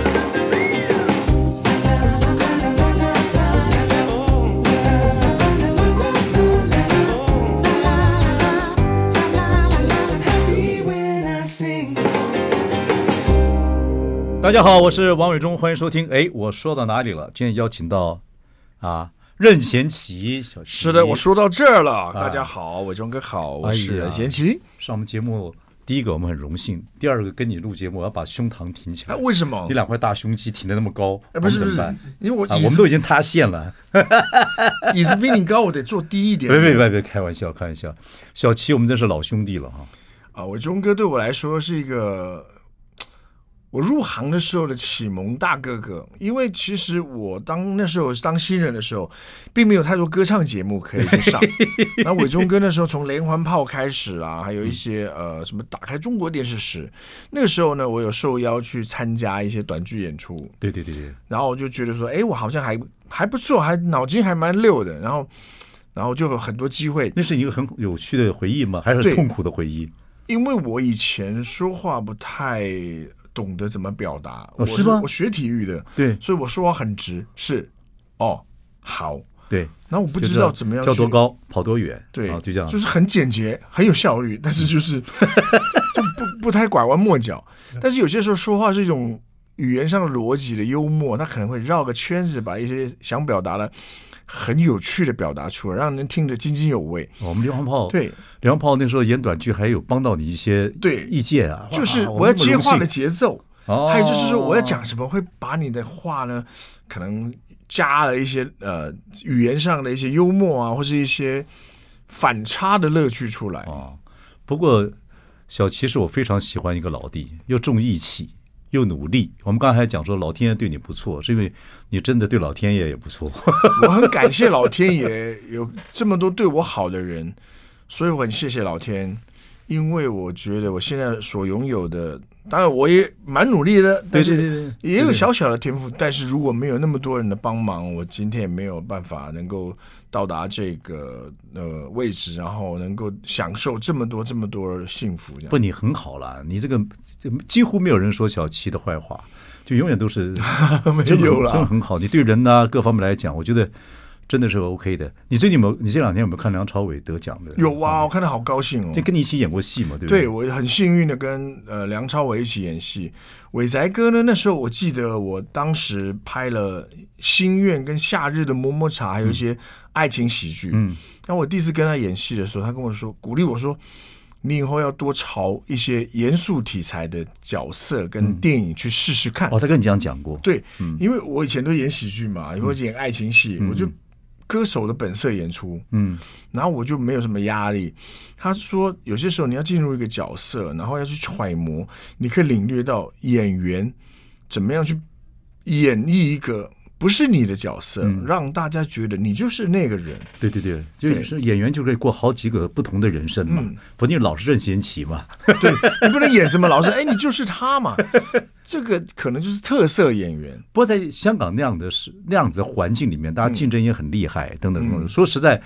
大家好，我是王伟忠，欢迎收听。哎，我说到哪里了？今天邀请到啊，任贤齐小齐。是的，我说到这儿了。大家好，伟忠哥好，我是啊哎呀任贤齐。上我们节目，第一个我们很荣幸，第二个跟你录节目，我要把胸膛挺起哎，来。为什么你？两块大胸肌挺得那么高，哎，不我们是不是怎么办，因为我啊，椅我们子都已经塌陷了。椅子比你高，我得坐低一点别。别别别，开玩笑，开玩笑。小齐，我们真是老兄弟了哈。啊，伟忠哥对我来说是一个我入行的时候的启蒙大哥哥，因为其实我当那时候当新人的时候，并没有太多歌唱节目可以 去上。那伟忠哥那时候从连环炮开始啊，还有一些呃什么打开中国电视史，那个时候呢，我有受邀去参加一些短剧演出，对对对对，然后我就觉得说，哎，我好像还还不错，还脑筋还蛮溜的，然后然后就有很多机会，那是一个很有趣的回忆吗？还是很对痛苦的回忆？因为我以前说话不太懂得怎么表达，我哦是吗我学体育的，对所以我说话很直，是哦，好，对，然后我不就知道怎么样跳多去，高，跑多远，对，啊，就这样。就是很简洁，很有效率，但是就 是就不不太拐弯抹角，但是有些时候说话是一种语言上的逻辑的幽默，它可能会绕个圈子，把一些想表达的很有趣的表达出来，让人听得津津有味。哦我们连环炮，对，连环炮那时候演短剧还有帮到你一些对意见啊，哇就是我我们那要么接荣话幸的节奏。哦还有就是说，我要讲什么会把你的话呢，可能加了一些呃语言上的一些幽默啊，或是一些反差的乐趣出来。啊。不过小齐是我非常喜欢一个老弟，又重义气。又努力，我们刚才讲说老天爷对你不错，是因为你真的对老天爷也不错。 我很感谢老天爷有这么多对我好的人，所以我很谢谢老天，因为我觉得我现在所拥有的，当然我也蛮努力的，对但对对是对也有小小的天赋，但是如果没有那么多人的帮忙，我今天也没有办法能够到达这个呃位置，然后能够享受这么多这么多的幸福。这样不，你很好啦，你这个这几乎没有人说小七的坏话，就永远都是 没真的有很啦真的很好。你对人呐、各方面来讲，我觉得真的是 OK 的。你最近有没有？你这两天有没有看梁朝伟得奖的？有啊，我看到好高兴哦这。跟你一起演过戏嘛，对不对我很幸运的跟呃梁朝伟一起演戏，伟仔哥呢那时候我记得我当时拍了《心愿》跟《夏日的么么茶》，还有一些爱情喜剧。嗯，那我第一次跟他演戏的时候，他跟我说鼓励我说，你以后要多朝一些严肃题材的角色跟电影去试试看。嗯哦，嗯他跟你这样讲过。对，因为我以前都演喜剧嘛，嗯或者演爱情戏，我就歌手的本色演出。嗯，然后我就没有什么压力。他说，有些时候你要进入一个角色，然后要去揣摩，你可以领略到演员怎么样去演绎一个不是你的角色，嗯让大家觉得你就是那个人。对对对，就是演员就可以过好几个不同的人生嗯嘛，不定老是任贤齐嘛。对你不能演什么老师，哎，你就是他嘛。这个可能就是特色演员。不过在香港那样的是那样子的环境里面，嗯大家竞争也很厉害，等等等等。说实在，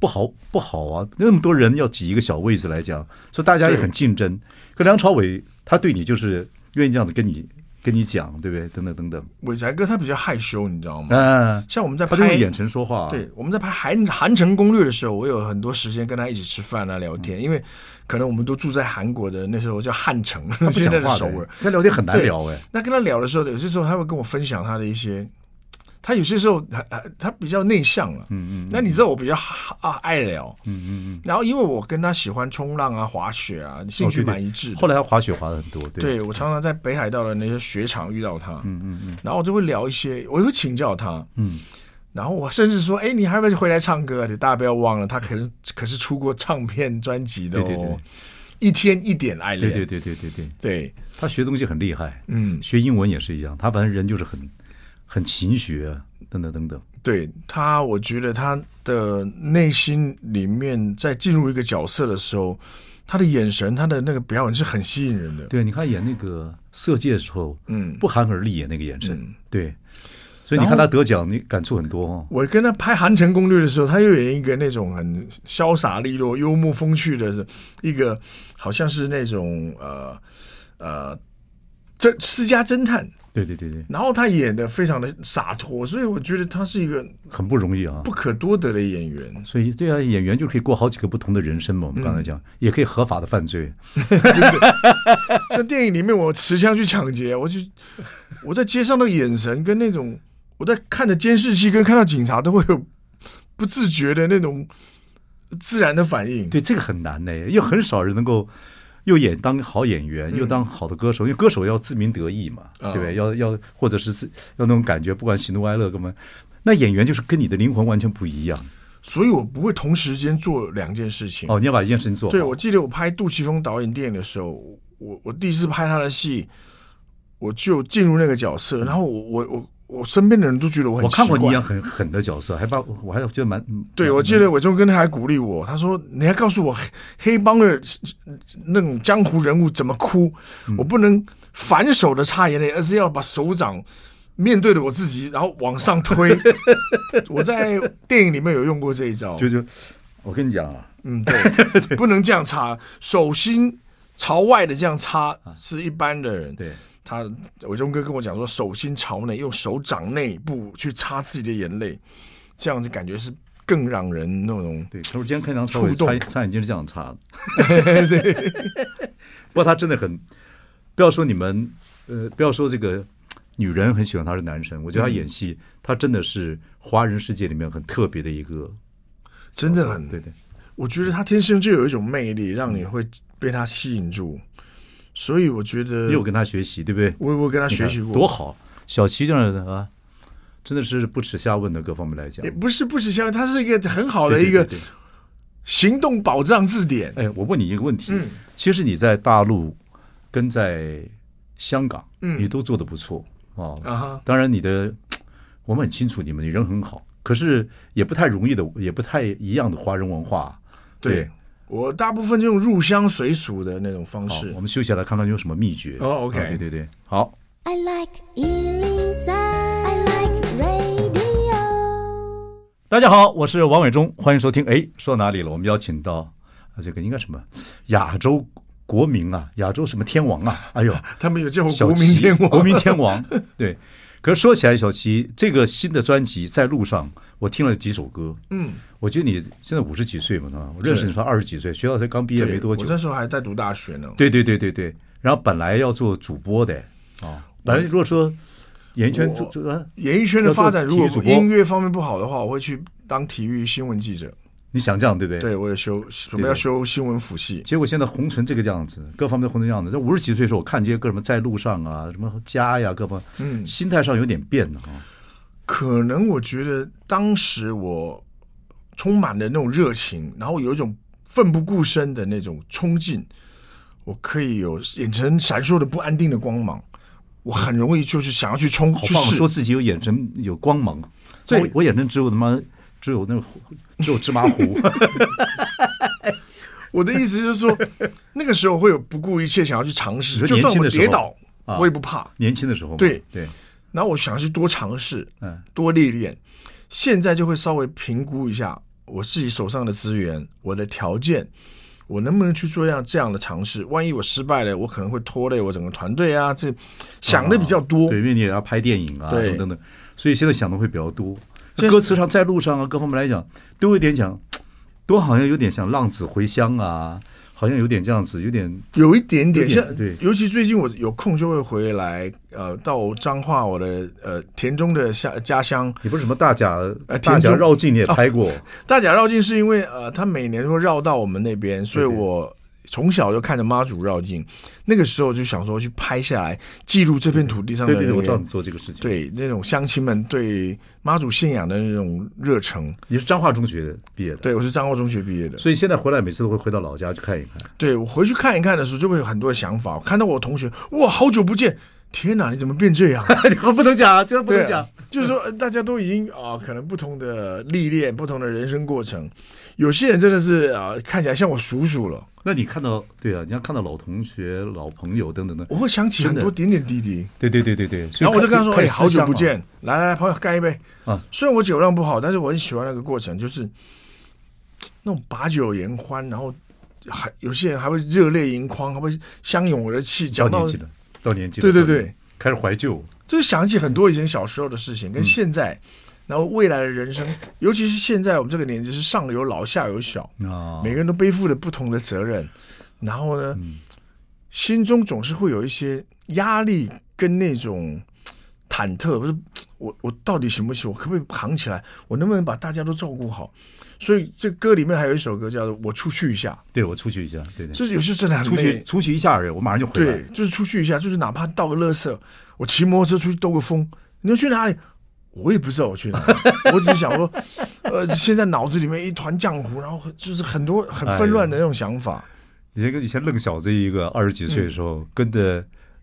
不好不好啊，那么多人要挤一个小位置来讲，所以大家也很竞争。可梁朝伟他对你就是愿意这样子跟你跟你讲，对不对？等等等等，伟才哥他比较害羞，你知道吗？啊，像我们在他就用嗯拍眼神说话、啊。对，我们在拍《韩韩城攻略》的时候，我有很多时间跟他一起吃饭啊、聊天，因为可能我们都住在韩国的那时 候叫汉城，他不现讲在的话首尔的，。他聊天很难对聊哎。那跟他聊的时候，有些时候他会跟我分享他的一些，他有些时候他他他比较内向了，嗯嗯。那你知道我比较啊爱聊，嗯嗯。然后因为我跟他喜欢冲浪啊、滑雪啊，兴趣哦对对蛮一致的。后来他滑雪滑的很多，对对我常常在北海道的那些雪场遇到他，嗯嗯嗯，然后我就会聊一些，我会请教他，嗯，然后我甚至说，哎，你还要不要回来唱歌啊？你大家不要忘了，他可能可是出过唱片专辑的哦，对对对一天一点爱恋，对对对对对对，对他学东西很厉害。嗯，学英文也是一样，他反正人就是很很勤学，啊等等等等。对他，我觉得他的内心里面在进入一个角色的时候，他的眼神，他的那个表演是很吸引人的。对，你看演那个《色戒》的时候，嗯，不寒而栗演那个眼神，嗯对，所以你然后看他得奖，你感触很多哦。我跟他拍《韩城攻略》的时候，他又演一个那种很潇洒利落、幽默风趣的一个，好像是那种呃呃，这私家侦探。对对对对，然后他演的非常的洒脱，所以我觉得他是一个很不容易啊。不可多得的演员。所以，对啊，演员就可以过好几个不同的人生嘛。我们刚才嗯讲，也可以合法的犯罪，像电影里面，我持枪去抢劫，我就我在街上的眼神跟那种我在看着监视器跟看到警察都会有不自觉的那种自然的反应。对这个很难呢、又很少人能够又演当好演员，又当好的歌手，因为歌手要自鸣得意嘛，嗯啊对不对？要要或者是自要那种感觉，不管喜怒哀乐干嘛。那演员就是跟你的灵魂完全不一样所以我不会同时间做两件事情。哦，你要把一件事情做好对，我记得我拍杜琪峰导演电影的时候，我我第一次拍他的戏，我就进入那个角色，然后我我我我身边的人都觉得我很我看过你奇怪演很狠的角色，还把我还觉得蛮对，蛮我记得伟忠跟他还鼓励我，他说：“你要告诉我黑黑帮的那种江湖人物怎么哭，嗯我不能反手的擦眼泪，而是要把手掌面对着我自己，然后往上 推。”我在电影里面有用过这一招，就就我跟你讲啊， 嗯，对，不能这样擦，手心朝外的这样擦是一般的人。啊对，他伟忠哥跟我讲说，手心朝内，用手掌内部去擦自己的眼泪，这样子感觉是更让人那种。对，可是我今天看梁朝伟触动擦擦眼睛是这样擦 的，对。 不过他真的很，不要说你们，呃，不要说这个女人很喜欢他是男神，我觉得他演戏，他真的是华人世界里面很特别的一个，真的很，对嗯对，我觉得他天生就有一种魅力，让你会被他吸引住。所以我觉得你，有跟他学习，对不对？我我跟他你看学习过，多好，小齐这样的人啊，真的是不耻下问的，各方面来讲也。不是不耻下问，他是一个很好好的一个行动保障字典。哎，我问你一个问题，嗯其实你在大陆跟在香港，嗯你都做得不错啊、哦啊哈，当然，你的我们很清楚你们，你人很好，可是也不太容易的，也不太一样的华人文化。对我大部分就用入乡随俗的那种方好式，啊我。们休息来看看有什么秘诀。哦，OK 啊对对对，好。 I like Ealing Sound. I like radio. 大家好，我是王伟忠，欢迎收听。哎，说到哪里了？我们邀请到啊这个应该什么亚洲国民啊，亚洲什么天王啊？哎呦，他们有叫我小国民齐天王，国民天王。对，可是说起来，小齐这个新的专辑在路上，我听了几首歌。嗯，我觉得你现在五十几岁嘛，是吧我认识你才二十几岁，学校才刚毕业对没多我久。那时候还在读大学呢。对对对对对，然后本来要做主播的啊，本来如果说演艺圈我做做啊，演艺圈的发展，要如做果体育主播音乐方面不好的话，我会去当体育新闻记者。你想这样对不对？。对我也修，准备要修新闻辅系。结果现在红成这个样子，各方面都红成这样子。在五十几岁的时候，我看这些歌什么在路上啊，什么家呀，各方嗯，心态上有点变了啊。可能我觉得当时我充满了那种热情，然后有一种奋不顾身的那种冲劲，我可以有眼神闪烁的不安定的光芒，我很容易就是想要去冲好去棒！试。说自己有眼神有光芒，对我我眼神只有他妈只有那种只有芝麻 糊。 我的意思就是说，那个时候会有不顾一切想要去尝试，你说就年算轻我的时候跌倒，啊我也不怕。年轻的时候嘛，对对，然后我想去多尝试，嗯，多历练。现在就会稍微评估一下我自己手上的资源、我的条件，我能不能去做这样这样的尝试？万一我失败了，我可能会拖累我整个团队啊，这想的比较多。啊对，因为你也要拍电影啊，对等等等，所以现在想的会比较多。所以歌词上、在路上啊，各方面来讲，都有点讲，都好像有点像浪子回乡啊，好像有点这样子，有点有一点点有点像，对尤其最近我有空就会回来，呃，到彰化我的呃田中的下家乡，也不是什么大甲呃哦大田甲中绕境你也拍过，大甲绕境是因为呃，他每年都会绕到我们那边，所以对对我从小就看着妈祖绕境，那个时候就想说去拍下来，记录这片土地上的对对对，那个我知道你做这个事情。，对那种乡亲们对妈祖信仰的那种热忱。你是彰化中学毕业的，对我是彰化中学毕业的，所以现在回来每次都会回到老家去看一看。对我回去看一看的时候，就会有很多想法。看到我同学，哇，好久不见，天哪，你怎么变这样？你 不能讲啊，这 不能对讲啊。，就是说呃大家都已经啊、可能不同的历练、不同的人生过程，有些人真的是啊、看起来像我叔叔了，那你看到对啊，你要看到老同学、老朋友等等的，我会想起很多点点滴滴。对对对对对。所以然后我就开跟他说：“开哎，始好思久乡不啊见，来来来，朋友干一杯。”啊虽然我酒量不好，但是我很喜欢那个过程，就是嘖那种把酒言欢，然后还有些人还会热泪盈眶，还会相拥而泣，到讲到年纪了，到年纪了，对对到年对，开始怀旧，就是想起很多以前小时候的事情，跟嗯现在，然后未来的人生，尤其是现在我们这个年纪是上有老下有小，啊，每个人都背负了不同的责任，然后呢，嗯心中总是会有一些压力跟那种忐忑，不是我我到底行不行？我可不可以扛起来？我能不能把大家都照顾好？所以这歌里面还有一首歌叫做《我出去一下对我出去一下，对》，对，就是有时候真的很出去累出去一下而已，我马上就回对来，，就是出去一下，就是哪怕倒个垃圾，我骑摩托车出去兜个风，你要去哪里？我也不知道我去哪里，我只是想说，呃，现在脑子里面一团浆糊，然后很就是很多很哎纷乱的那种想法以前跟以前愣小子一个二十几岁的时候，跟着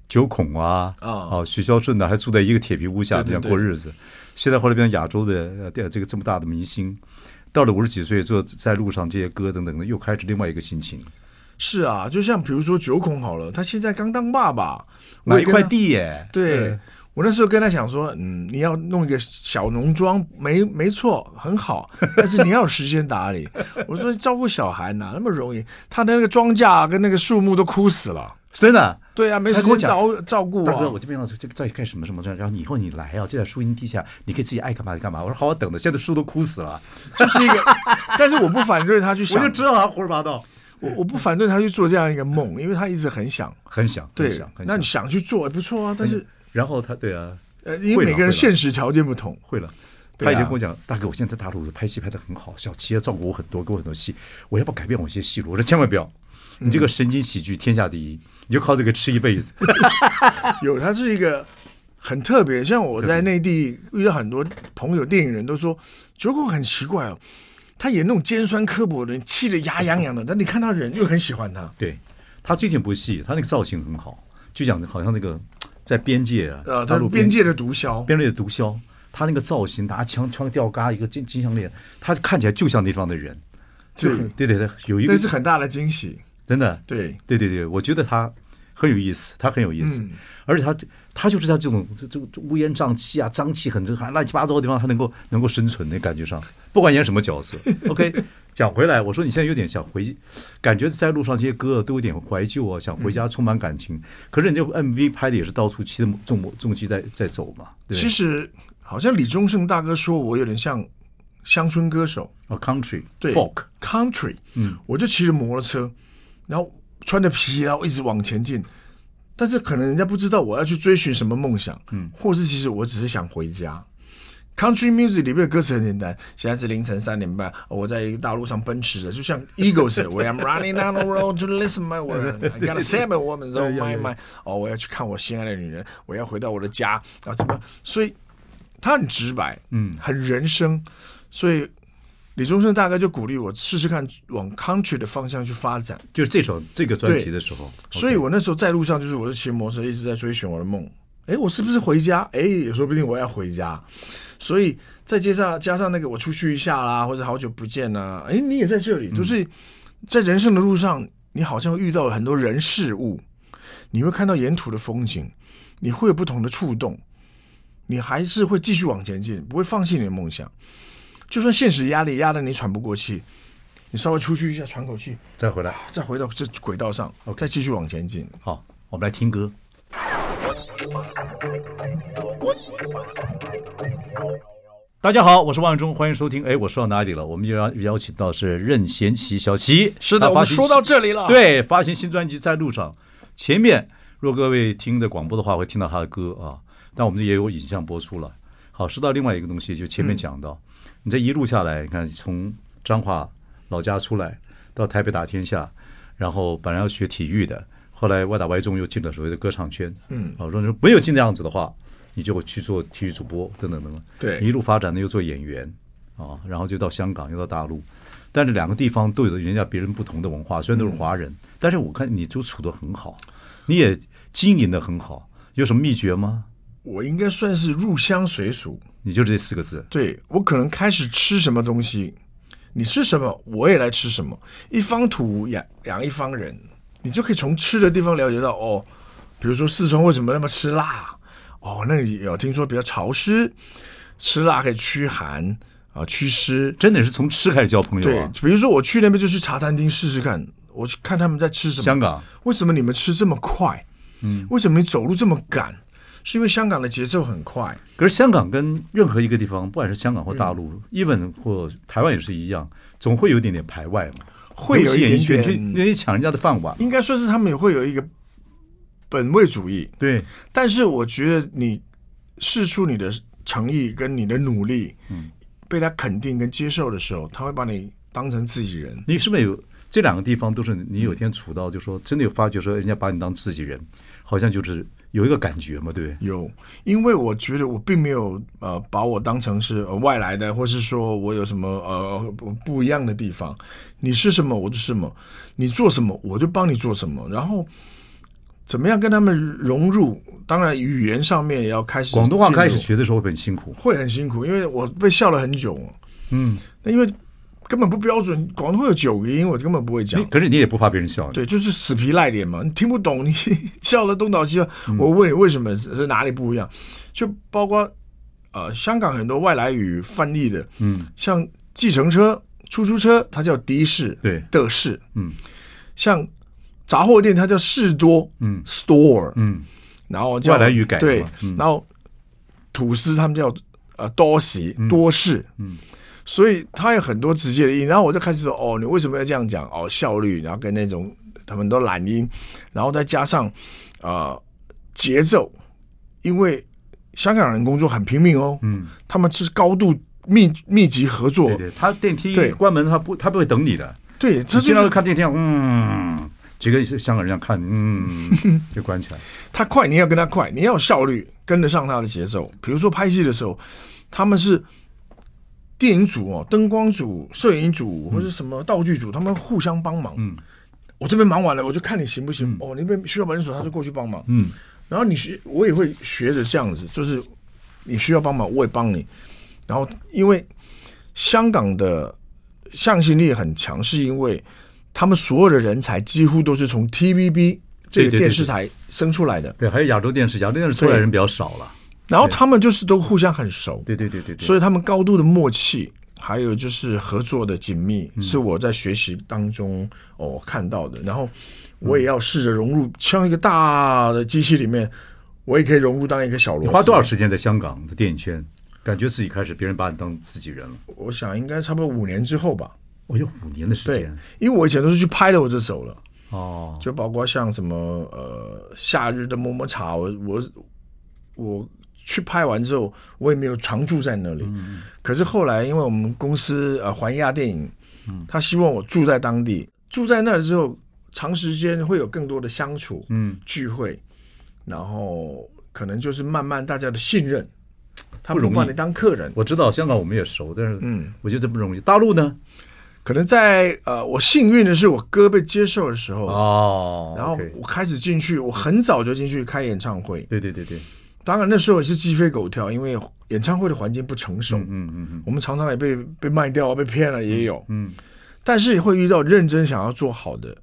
九孔啊啊啊许孝顺呢，还住在一个铁皮屋下这对对样对过日子。现在后来变成亚洲的呃电这个这么大的明星，到了五十几岁，坐在路上这些歌等等的，又开始另外一个心情。是啊，就像比如说九孔好了，他现在刚当爸爸，我买也一跟块他，地耶，呃对。我那时候跟他讲说，嗯，你要弄一个小农庄，没没错，很好，但是你要有时间打理。我说照顾小孩哪那么容易？他的那个庄稼跟那个树木都枯死了。真的。对啊，没时他跟我间讲照照顾大哥，啊我。这边要这个在干什么什么这样，然后你以后你来啊，就在树荫地下，你可以自己爱干嘛就干嘛。我说好好等着，现在树都枯死了， 就是一个，但是我不反对他去我想就，知道他胡说八道，我我不反对他去做这样一个梦，因为他一直很想。很想，很对想，，很那你想想去做也不错啊，但是然后他对啊，呃，因会了为每个会了人现实条件不同，会了。对他啊以前跟我讲，大哥，我现在在大陆拍戏拍的很好，小七也照顾我很多，给我很多戏，我要不要改变我一些戏路？我说千万不要，嗯你这个神经喜剧天下第一，你就靠这个吃一辈子。有他是一个很特别。像我在内地遇到很多朋友，电影人都说九孔很奇怪哦，他演那种尖酸刻薄的人，气得牙痒痒的，但你看他人又很喜欢他。对他最近不戏，他那个造型很好，就讲好像那个在边界啊，呃，大他陆边界的毒枭，边瑞的毒枭，他那个造型，拿枪穿个吊嘎，一个金金项链，他看起来就像那方的人。对就很对对对，有一个那是很大的惊喜。真的，对，对对对，我觉得他很有意思，他很有意思，嗯而且他他就是在这种这这这乌烟瘴气啊、脏气很很乱七八糟的地方，他能够能够生存的感觉上，不管演什么角 色。OK，讲回来，我说你现在有点想回，感觉在路上这些歌都有点怀旧啊，想回嗯家充满感情。可是你这部 MV 拍的也是到处骑的重重机在在走嘛，对不对其实好像李宗盛大哥说我有点像乡村歌手，啊，country 对 folk， country，嗯，我就骑着摩托车，然后穿着皮，然后一直往前进。但是可能人家不知道我要去追寻什么梦想，嗯，或是其实我只是想回家。Country music 里面的歌词很简单，现在是凌晨三点半，我在一个大路上奔驰着，就像 Eagles 的，I'm running down the road to listen my word, I got seven women on my mind，哦，我要去看我心爱的女人，我要回到我的家，啊，怎么样？所以他很直白，嗯很人生，所以李宗盛大哥就鼓励我试试看往 country 的方向去发展。就是这首这个专辑的时候，所以我那时候在路上就是我是骑摩托车一直在追寻我的梦。诶，我是不是回家？诶，也说不定我要回家。所以再加上加上那个我出去一下啦，或者好久不见啦，诶，你也在这里，就是在人生的路上，你好像遇到了很多人事物，你会看到沿途的风景，你会有不同的触动，你还是会继续往前进，不会放弃你的梦想。就算现实压力压得你喘不过气，你稍微出去一下喘口气，再回来。再回到这轨道上 OK 再继续往前进。好，我们来听歌。大家好，我是万忠，欢迎收听。哎，我说到哪里了？我们又邀邀请到是任贤齐小齐，是他的，我发们行说到这里了。，对，发行新专辑在路上。前面若各位听的广播的话，会听到他的歌啊，但我们也有影像播出了。好，说到另外一个东西，就前面嗯讲到，你这一路下来，你看从彰化老家出来到台北打天下，然后本来要学体育的，后来歪打歪中又进了所谓的歌唱圈，嗯啊，如果你没有进那样子的话，你就去做体育主播等等等等，对你一路发展呢又做演员啊，然后就到香港，又到大陆，但是两个地方都有人家别人不同的文嗯化，虽然都是华人，但是我看你就处得很好，你也经营的很好，有什么秘诀吗？我应该算是入乡随俗。你就这四个字，对我可能开始吃什么东西，你吃什么我也来吃什么，一方土养养一方人，你就可以从吃的地方了解到哦，比如说四川为什么那么吃辣，哦，那里有听说比较潮湿，吃辣可以驱寒啊，祛湿。真的是从吃开始交朋友对啊，。比如说我去那边就去茶餐厅试试看，我去看他们在吃什么。香港为什么你们吃这么快？嗯，为什么你走路这么赶？是因为香港的节奏很快。可是香港跟任何一个地方，不管是香港或大陆、e v e n 或台湾也是一样，总会有一点点排外嘛，会有一点尤点嗯其演艺圈去那些抢人家的饭碗，应该算是他们也会有一个本位主义，对，但是我觉得你试出你的诚意跟你的努力，嗯，被他肯定跟接受的时候，他会把你当成自己人。你是不是有这两个地方都是你有一天处到，就说真的有发觉说人家把你当自己人，好像就是有一个感觉嘛，对不对？有，因为我觉得我并没有呃把我当成是、呃外来的，或是说我有什么呃不不一样的地方。你是什么我就是什么，你做什么我就帮你做什么，然后怎么样跟他们融入？当然语言上面也要开始广东话开始进入学的时候会很辛苦，会很辛苦，因为我被笑了很久。嗯，那因为根本不标准，广东会有九个音，我根本不会讲你。可是你也不怕别人笑你，啊对，就是死皮赖脸嘛，你听不懂，你 笑了东倒西歪。嗯我问你为什么是是哪里不一样，就包括呃香港很多外来语翻译的，嗯像计程车、出租车，它叫的士，对的士，嗯像杂货店它叫士多嗯 store，嗯，然后叫外来语改的对嘛嗯，然后吐司他们叫呃多席嗯多士，嗯，所以他有很多直接的音，然后我就开始说哦，你为什么要这样讲？哦，效率，然后跟那种他们都懒音，然后再加上呃节奏，因为香港人工作很拼命哦，嗯，他们是高度密密集合作，对对，他电梯对关门他不他不会等你的，对，你这经就常都是看电梯，嗯，几个香港人这样看， 嗯，就关起来，他快，你要跟他快，你要有效率，跟得上他的节奏。比如说拍戏的时候，他们是电影组哦，灯光组、摄影组或者什么道具组，他们互相帮忙。嗯我这边忙完了，我就看你行不行。哦，你那边需要保健所，他就过去帮忙。嗯，然后你学，我也会学着这样子，就是你需要帮忙，我也帮你。然后因为香港的向心力很强，是因为他们所有的人才几乎都是从 TVB 这对对对个对电视台生出来的，对，还有亚洲电视，亚洲电视出来人比较少了，然后他们就是都互相很熟，对对对对对，所以以他们高度的默契，还有就是合作的紧密，嗯是我在学习当中哦看到的。然后我也要试着融入，像一个大的机器里面，我也可以融入当一个小螺你丝。花多少？时间在香港的电影圈，感觉自己开始别人把你当自己人了？我想应该差不多五年之后吧。我有五年的时对间，因为我以前都是去拍了我就走了，哦，就包括像什么呃夏日的么么茶，我我我去拍完之后，我也没有常住在那里。可是后来，因为我们公司呃环亚电影，嗯他希望我住在当地，住在那儿之后，长时间会有更多的相处、嗯，聚会，然后可能就是慢慢大家的信任，他不容易把你当客人。我知道香港我们也熟，但是嗯，我觉得这不容易。大陆呢？可能在呃，我幸运的是，我哥被接受的时候，哦然后 OK 我开始进去，我很早就进去开演唱会。对对对对，当然那时候也是鸡飞狗跳，因为演唱会的环境不成熟，嗯嗯嗯我们常常也被被卖掉啊、被骗了也有，嗯但是也会遇到认真想要做好的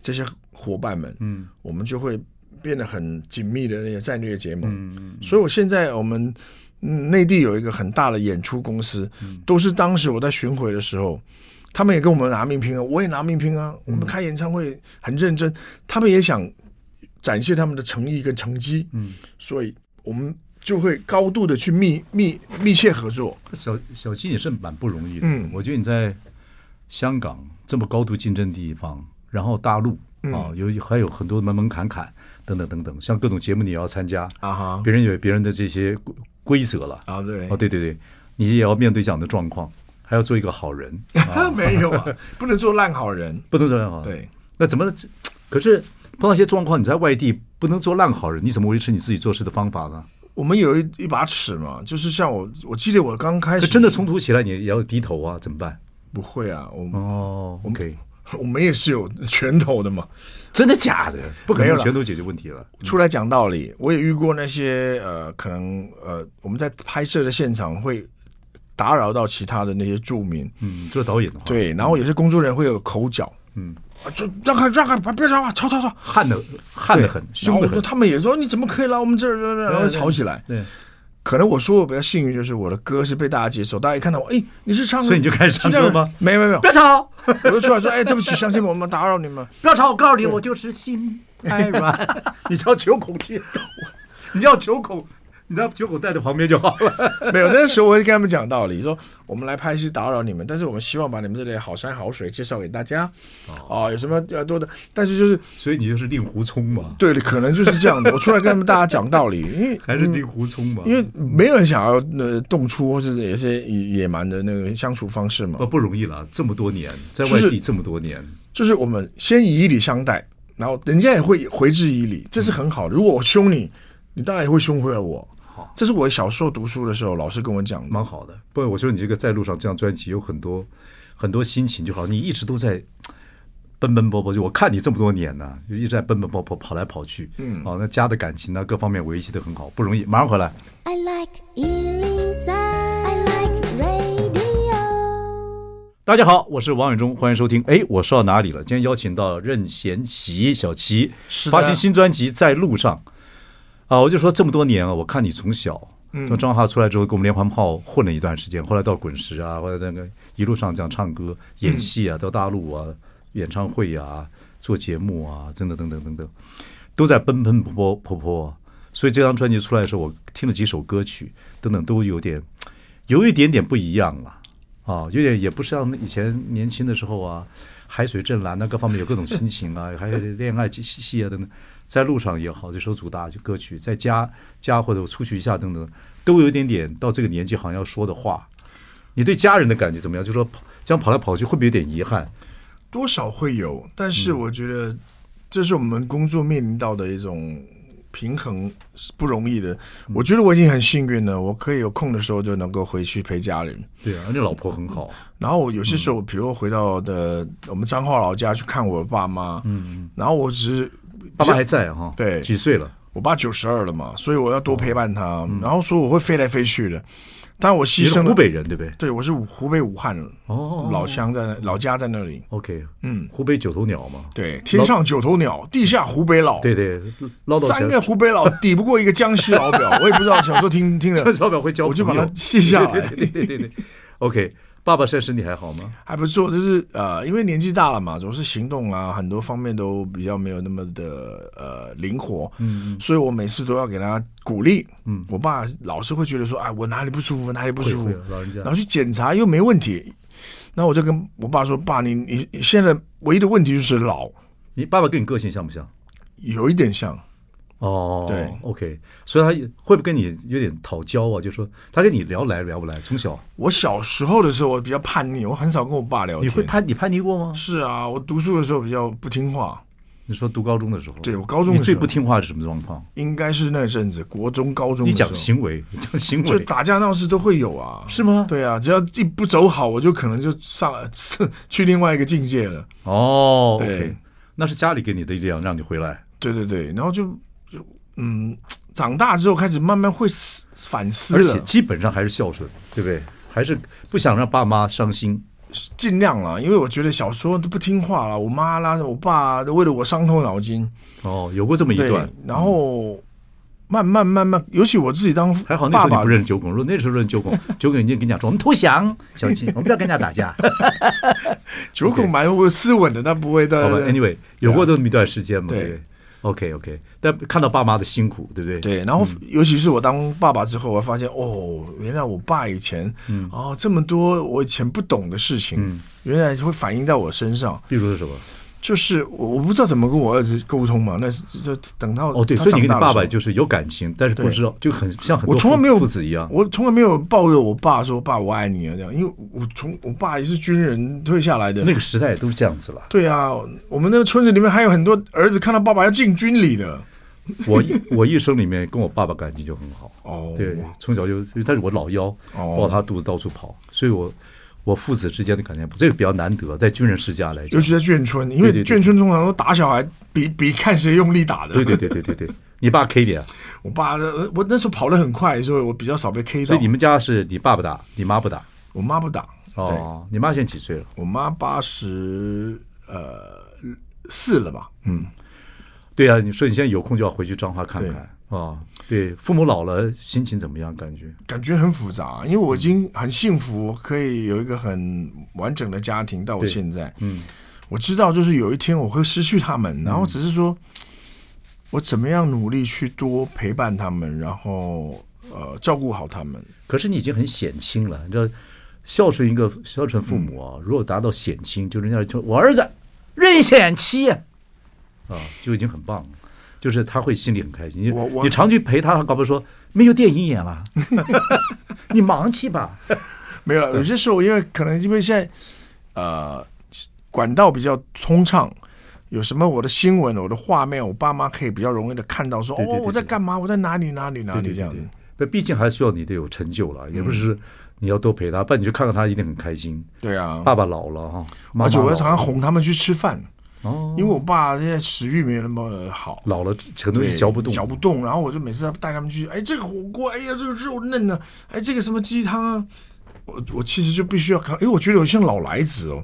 这些伙伴们，嗯我们就会变得很紧密的那个战略结盟。嗯嗯，所以我现在我们嗯内地有一个很大的演出公司，嗯都是当时我在巡回的时候，他们也跟我们拿命拼啊，我也拿命拼嗯啊，我们开演唱会很认真，他们也想展现他们的诚意跟成绩，嗯，所以我们就会高度的去密密密切合作，小小金也是蛮不容易的。嗯我觉得你在香港这么高度竞争的地方，然后大陆嗯啊，有还有很多门门槛坎等等等等，像各种节目你也要参加，啊哈，别人有别人的这些规规则了。啊对哦，。对对对，你也要面对这样的状况，还要做一个好人，啊， 没有啊，不能做烂好人。不能做烂好人。对，那怎么？这可是碰到一些状况，你在外地不能做烂好人，你怎么维持你自己做事的方法呢？我们有一一把尺嘛，就是像我，我记得我刚开那始真的冲突起来，你也要低头啊，怎么办？不会啊，我哦我们，OK，我们也是有拳头的嘛。真的假的？不可没有能了全都解决问题了。出来讲道理，我也遇过那些呃，可能呃，我们在拍摄的现场会打扰到其他的那些住民，嗯，做导演的话，，对，然后有些工作人员会有口角，嗯，啊，就让开让开，别别吵啊，吵吵吵，悍的悍的很，凶的然后很，他们也说你怎么可以来我们这儿，然后对对吵起来。对，可能我说我比较幸运，就是我的歌是被大家接受，大家一看到我，哎，你是唱，所以你就开始唱歌吗是这样？没有没有没有不，要吵，我就出来说，哎，对不起，乡亲们，我们打扰你们。不要吵，我告诉你，我就是心太 软，你叫九孔去，你要九孔，你让九孔带在旁边就好了。没有，那时候我会跟他们讲道理，说我们来拍戏打扰你们，但是我们希望把你们这里的好山好水介绍给大家。哦，有什么要多的？但是就是所以你就是令狐冲嘛，对的，可能就是这样的。我出来跟他们大家讲道理，因为还是令狐冲嘛？因为没有人想要呃动粗或是有些野蛮的那个相处方式嘛不，不容易了，这么多年在就是外地这么多年，就是我们先以礼相待，然后人家也会回之以礼，这是很好的。如果我凶你，你当然也会凶回来我。好这是我小时候读书的时候老师跟我讲的。蛮好的。不，我说你这个在路上这张专辑有很多很多心情，就好，你一直都在。奔奔波波，就我看你这么多年呢、就一直在奔奔波波，跑来跑去，嗯，好、那家的感情呢，各方面维系的很好，不容易。马上回来。 I like Ealing Sound. I like radio. 大家好，我是王伟忠，欢迎收听。哎，我说到哪里了？今天邀请到任贤齐小齐是的发行新专辑《在路上》啊，我就说这么多年啊，我看你从小嗯从张浩出来之后，跟我们连环炮混了一段时间，后来到滚石啊，后来那个一路上这样唱嗯歌、演戏啊，到大陆啊，演唱会啊，做节目啊，等等等等等等，都在奔奔波波波波。所以这张专辑出来的时候，我听了几首歌曲，等等都有点有一点点不一样了啊，有点也不像以前年轻的时候啊，海水正蓝那各方面有各种心情啊，还有恋爱戏戏啊等等，在路上也好，这首主打歌曲，在家家或者我出去一下等等，都有一点点到这个年纪好像要说的话。你对家人的感觉怎么样？就说跑这样跑来跑去，会不会有点遗憾？多少会有，但嗯是我觉得这是我们工作面临到的一种平衡，是不容易的。嗯我觉得我已经很幸运了，我可以有空的时候就能够回去陪家人。对啊，而且老婆很好，然后我有些时候，比如我回到的我们彰化老家去看我爸妈，嗯，然后我只是爸爸还在啊哈、对几岁了？我爸九十二了嘛，所以我要多陪伴他。然后所以我会飞来飞去的，但我哦嗯你牺是牲了湖，北人对不对？对我是武湖北武汉人，哦老乡在那老家在那里， ，OK，嗯，湖北九头鸟嘛，对，天上九头鸟，地下湖北佬，对对，唠叨起三个来，湖北 佬抵不过一个江西老表，我也不知道 小时候听听 了这，老表会教我就把朋友它卸下来， 对对对对对，OK，爸爸现在身体还好吗？还不错。就是呃，因为年纪大了嘛，总是行动啊，很多方面都比较没有那么的呃灵活，嗯，所以我每次都要给他鼓励，嗯，我爸老是会觉得说，哎，我哪里不舒服，哪里不会舒服会，老人家然后去检查又没问题，那我就跟我爸说，爸，你你你现在唯一的问题就是老，你爸爸跟你个性像不像？有一点像。哦，对，OK，所以他会不会跟你有点讨教啊？就说他跟你聊来聊不来？从小我小时候的时候，我比较叛逆，我很少跟我爸聊天。你会叛你叛逆过吗？是啊，我读书的时候比较不听话，你说读高中的时候，对我高中的你最时候不听话是什么状况？应该是那阵子国中、高中你的时候讲行为，你讲行就为打架闹事都会有啊。是吗？对啊，只要一不走好，我就可能就上 去另外一个境界了。哦对，OK，那是家里给你的力量让你回来。对对对，然后就就嗯，长大之后开始慢慢会思反思而且了，基本上还是孝顺，对不对？还是不想让爸妈伤心。尽量啦，因为我觉得小时候都不听话了，我妈拉着我爸都为了我伤透脑筋。哦，有过这么一对段，，然后。慢慢慢慢，尤其我自己当还好那时爸候你爸不认九孔，如果那时候认九 孔，九孔已经跟你讲说我们投降，小心，我们不要跟人家打架。九孔蛮有斯文的，但不会好吧的。 ，Anyway，有过这么一段时间嘛，对对不对？OK OK，但看到爸妈的辛苦，对不对？，对，然后嗯尤其是我当爸爸之后，我发现哦，原来我爸以前、哦这么多我以前不懂的事情，嗯原来会反映到我身上。比如是什么？就是我我不知道怎么跟我儿子沟通嘛，那是就等到哦，对，他所以你跟你长大爸的时爸候就是有感情，但是不对知道，就很像很多我从来父没有父子一样。我从来没有抱着我爸说爸我爱你啊这样，因为我从我爸也是军人退下来的。那个时代都是这样子了。对啊，我们那个村子里面还有很多儿子看到爸爸要进军里的。我一 我一生里面跟我爸爸感情就很好，哦，对，从小就，因为他是我老幺，哦抱他肚子到处跑，所以我我父子之间的感情，这个比较难得，在军人世家来讲尤，其在眷村，因对为对对眷村通常都打小孩比比看谁用力打的。对对对对对对，你爸 K 你啊，我爸的，呃我那时候跑得很快，所以我比较少被 K 所到以。你们家是你爸不打，你妈不打我妈不打，哦，你妈现在几岁了？我妈八十呃四了吧？嗯，对啊，你说你现在有空就要回去彰化看对看啊、对，父母老了心情怎么样？感觉感觉很复杂，因为我已经很幸福，可以有一个很完整的家庭。到我对现在，嗯，我知道就是有一天我会失去他们，然后只是说，我怎么样努力去多陪伴他们，然后呃照顾好他们。可是你已经很显亲了，你知道，孝顺一个孝顺父母嗯啊，如果达到显亲，就人家就我儿子任贤齐啊，啊，就已经很棒了。就是他会心里很开心，你我我你常去陪他，他搞不好说没有电影演了， 你忙去吧。没有，有些时候因为可能因为现在呃管道比较通畅，有什么我的新闻、我的画面，我爸妈可以比较容易的看到说，对对对哦，我在干嘛，我在哪里哪里哪对里对这对样子对。，不，毕竟还需要你得有成就了，嗯也不是你要多陪他，不然你去看看他一定很开心。对啊，爸爸老了哈，妈而且妈我老常常了哄他们去吃饭，哦因为我爸现在食欲没有那么好。老了很多东西对嚼不动，嚼不动，然后我就每次带他们去，哎，这个火锅，哎呀，这个肉嫩啊，哎，这个什么鸡汤啊，我我其实就必须要看，因为我觉得我像老来子哦，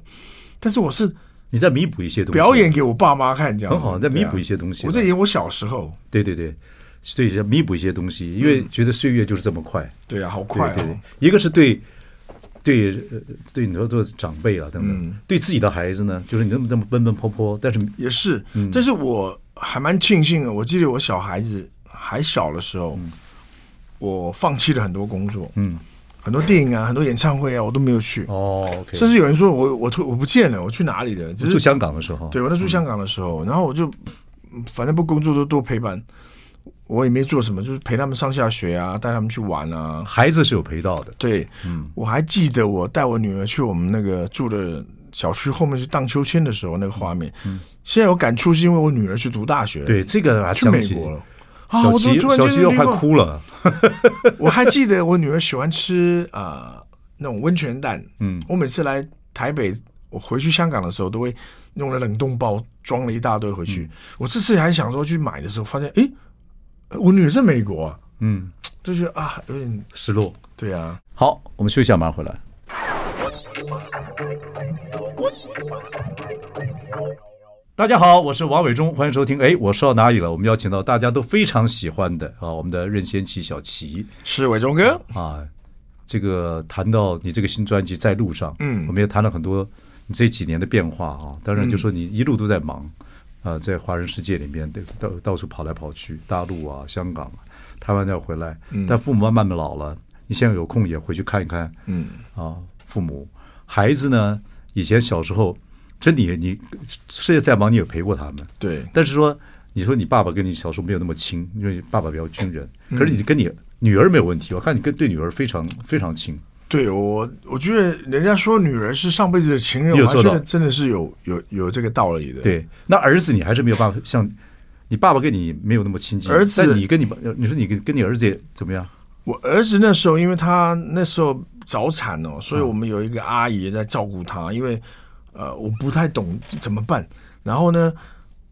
但是我是你再弥补一些东西，表演给我爸妈看，这样很好，再弥补一下。些东西。我在演我小时候，对对对，所以要弥补一些东西，因为觉得岁月就是这么快。对啊，好嗯快对对，哦！对一个是对对呃对你说做长辈啊等等嗯，对自己的孩子呢，就是你这么这么奔奔波波，但是也是，嗯但是我还蛮庆幸的。我记得我小孩子还小的时候，我放弃了很多工作，嗯很多电影啊，很多演唱会啊，我都没有去。哦，OK，甚至有人说我我突我不见了，我去哪里了？只你住是香港嗯的时候，对我那时候香港的时候，然后我就嗯反正不工作就多陪伴，我也没做什么，就是陪他们上下学啊，带他们去玩啊，孩子是有陪到的。对，嗯我还记得我带我女儿去我们那个住的小区后面去荡秋千的时候那个画面。现在有感触是因为我女儿去读大学，，嗯对这个啊，去想美起国了。啊！小我怎么齐突然小间齐就都离快过哭了。 我还记得我女儿喜欢吃啊、呃那种温泉蛋。嗯我每次来台北，我回去香港的时候都会用了冷冻包装了一大堆回去。嗯我这次还想说去买的时候，发现诶，我女儿在美国、啊，嗯，就觉得啊有点失落。对啊。好，我们休息一下，马上回来。大家好，我是王伟忠，欢迎收听。哎，我说到哪里了？我们邀请到大家都非常喜欢的啊，我们的任贤齐小齐是伟忠哥，啊。这个谈到你这个新专辑在路上，嗯我们也谈了很多你这几年的变化啊。当然，就说你一路都在忙，啊，在华人世界里面对到到处跑来跑去，大陆啊、香港、啊、台湾再回来，但父母慢慢的老了，你现在有空也回去看一看，嗯，啊，父母、孩子呢，以前小时候，真的也你事业再忙，你也陪过他们。对，但是说，你说你爸爸跟你小时候没有那么亲，因为爸爸比较军人，可是你跟你女儿没有问题，我看你跟对女儿非常非常亲。对我，我觉得人家说女人是上辈子的情人，有我还做觉到得真的是有有有这个道理的。，对，那儿子你还是没有办法像。你爸爸跟你没有那么亲近，儿子但你跟你爸，你说你跟跟你儿子也怎么样？我儿子那时候，因为他那时候早产嗯哦，所以我们有一个阿姨在照顾他，因为呃我不太懂怎么办，然后呢，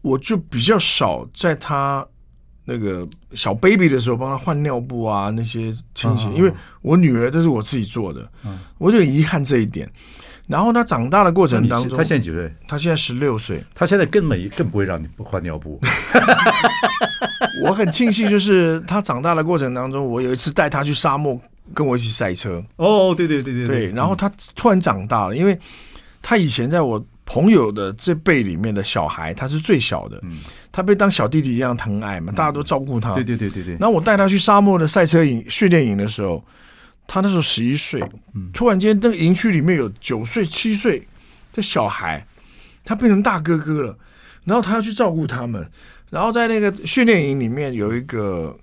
我就比较少在他那个小 baby 的时候帮他换尿布啊那些清洗，啊因为我女儿都是我自己做的，嗯我有点遗憾这一点。然后他长大的过那程你当是中，他现在几岁？他现在十六岁，他现在根本更不会让你换尿布。我很庆幸，就是他长大的过程当中，我有一次带他去沙漠，跟我一起赛车。哦，对对对对对，然后他突然长大了，因为他以前在我朋友的这辈里面的小孩，他是最小的，他被当小弟弟一样疼爱嘛，大家都照顾他。对对对对对，然后我带他去沙漠的赛车营训练营的时候，他那时候十一岁，嗯突然间那个营区里面有九岁、七岁的小孩，他变成大哥哥了，然后他要去照顾他们，然后在那个训练营里面有一个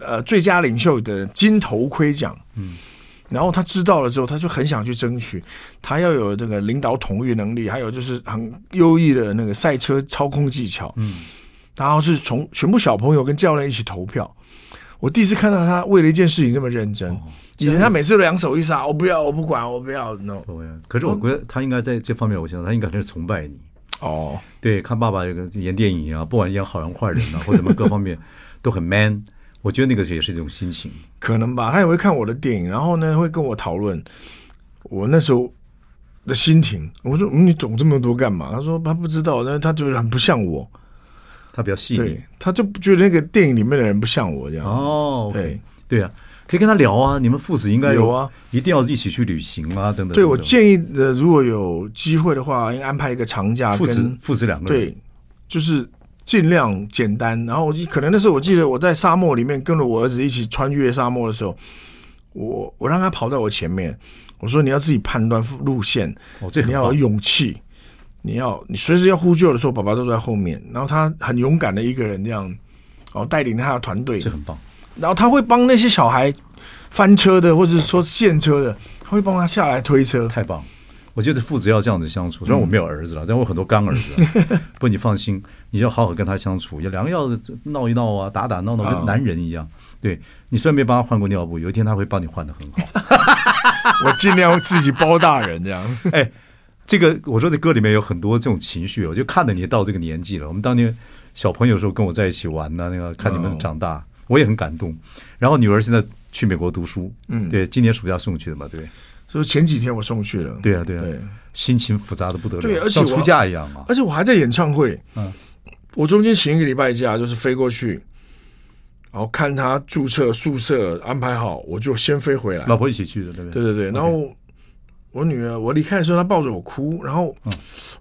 呃最佳领袖的金头盔奖，嗯。然后他知道了之后，他就很想去争取，他要有这个领导统御能力，还有就是很优异的那个赛车操控技巧。然后是从全部小朋友跟教练一起投票。我第一次看到他为了一件事情这么认真。以前他每次都两手一撒，我不要，我不管，我不要，no。不会啊可是我觉得他应该在这方面，我想他应该是崇拜你。哦，对，看爸爸这个演电影啊，不管演好人坏人啊，或怎么各方面都很 man。我觉得那个也是一种心情。可能吧，他也会看我的电影，然后呢会跟我讨论我那时候的心情。我说、嗯你懂这么多干嘛？他说他不知道，但是他觉得很不像我，他比较细腻对。，他就觉得那个电影里面的人不像我这样。哦，OK，对对啊，可以跟他聊啊。你们父子应该有啊，一定要一起去旅行啊，等等。对我见建议的，如果有机会的话，应该安排一个长假父子跟父子两个人对，就是尽量简单。然后我记可能那时候我记得我在沙漠里面跟着我儿子一起穿越沙漠的时候，我我让他跑在我前面，我说你要自己判断路线，哦，这你很要有棒。勇气，你要你随时要呼救的时候，爸爸都在后面。然后他很勇敢的一个人这样，哦，带领他的团队这，很棒，然后他会帮那些小孩翻车的，或者说陷车的，他会帮他下来 推车。太棒！我觉得父子要这样子相处。虽然我没嗯有儿子了，但我有很多干儿子 啊。不，你放心，你要好好跟他相处，要两个要闹一闹啊，打打闹闹，啊跟男人一样。对你虽然没帮他换过尿布，有一天他会帮你换的很好。我尽量自己包大人这样。 哎，这个我说这歌里面有很多这种情绪，我就看着你到这个年纪了。我们当年小朋友的时候跟我在一起玩呢、那个看你们长大，哦我也很感动。然后女儿现在去美国读书，嗯，对，今年暑假送去的嘛，对，所以前几天我送去了。对啊，对啊，对心情复杂的不得了，对而且像我出嫁一样啊，而且我还在演唱会，嗯我中间请一个礼拜假，就是飞过去，然后看他注册宿舍安排好，我就先飞回来。老婆一起去的，对不对对？对对，然后我女儿，我离开的时候她抱着我哭，然后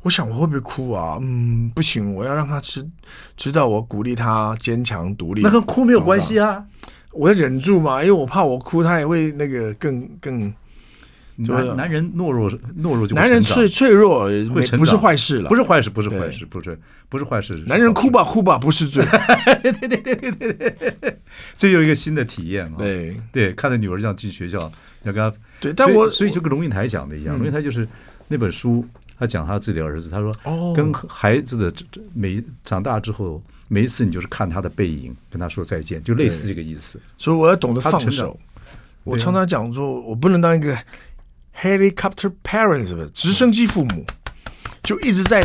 我想我会不会哭啊？嗯，不行，我要让她知知道我鼓励她坚强独立。那跟哭没有关系啊，我要忍住嘛，因为我怕我哭她也会那个更更长大男男人懦弱，懦弱就会啊男人成长脆脆弱也会成长不是坏事了，不是坏事，不是对坏事，不是不是坏事。是男人好哭事，吧哭吧不 是罪，这又一个新的体验啊。对。对，看着女儿这样进学校，要跟她对，但所以我嗯所以就跟龙应台讲的一样，龙应台就是那本书，他讲他自己的儿子，他说，哦跟孩子的这这每长大之后，每一次你就是看他的背影，跟他说再见，就类似这个意思。所以我要懂得放他成长啊手。我常常讲说，我不能当一个 helicopter parent，是不是直升机父母，就一直在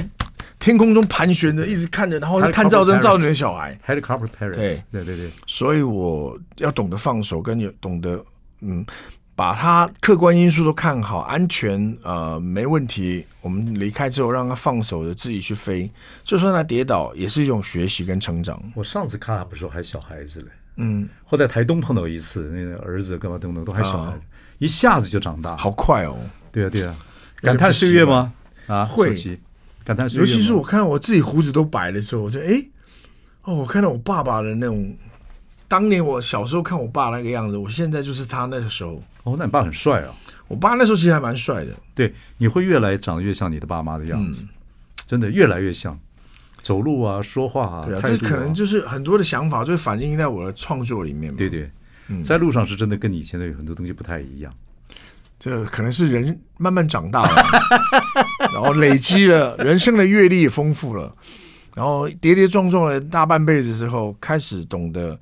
天空中盘旋着，一直看着，然后 Helicopter 探照灯 parent 照着你的小孩。 Helicopter parents，对对对对，所以我要懂得放手，跟有懂得嗯，把他客观因素都看好，安全呃没问题。我们离开之后，让他放手的自己去飞，就算他跌倒，也是一种学习跟成长。我上次看他们时候还小孩子嘞，嗯，后在台东碰到一次，那个儿子干嘛等等都还小孩啊子，一下子就长大。好快哦。对啊对啊，有点感叹岁月吗？啊，会手机感叹岁尤月吗，其是我看到我自己胡子都白的时候，我就哎、诶哦，我看到我爸爸的那种，当年我小时候看我爸那个样子，我现在就是他那个时候。哦，那你爸很帅啊。我爸那时候其实还蛮帅的，对，你会越来长得越像你的爸妈的样子，嗯真的越来越像，走路啊，说话啊，对啊，态这度、啊，可能就是很多的想法就会反映在我的创作里面嘛。对，对，嗯在路上是真的跟你现在有很多东西不太一样。这可能是人慢慢长大了， 然后累积了人生的阅历也丰富了，然后跌跌撞撞了大半辈子之后，开始懂得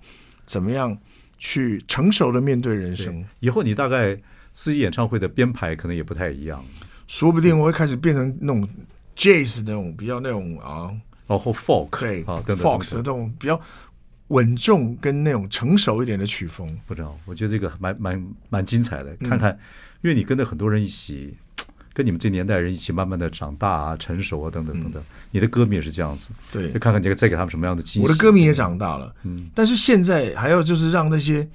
怎么样去成熟的面对人生。以后你大概自己演唱会的编排可能也不太一样，说不定我会开始变成那种 jazz 那种比较那种啊，然后 folk 对啊等等 f o x 的等那等种比较稳重跟那种成熟一点的曲风。不知道，我觉得这个蛮蛮蛮精彩嗯的，看看，因为你跟着很多人一起。跟你们这年代人一起慢慢的长大啊、成熟啊，等等等等，你的歌迷也是这样子，嗯对就看看你再给他们什么样的惊喜。我的歌迷也长大了，嗯，但是现在还要就是让那些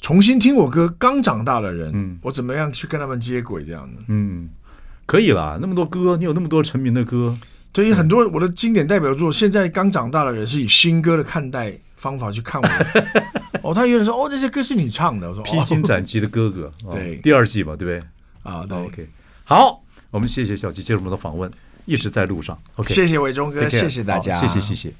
重新听我歌刚长大的人，嗯我怎么样去跟他们接轨这样的？嗯，可以啦，那么多歌，你有那么多成名的歌，所以很多我的经典代表作，现在刚长大的人是以新歌的看待方法去看我。 哦，他有人说哦，那些歌是你唱的，我说《披荆哦、斩棘的哥哥》哦 对第二季嘛，对不啊，对对？OK，好，我们谢谢小吉接受我们的访问，一直在路上。OK，谢谢伟忠哥，再见谢谢大家，好谢谢谢谢。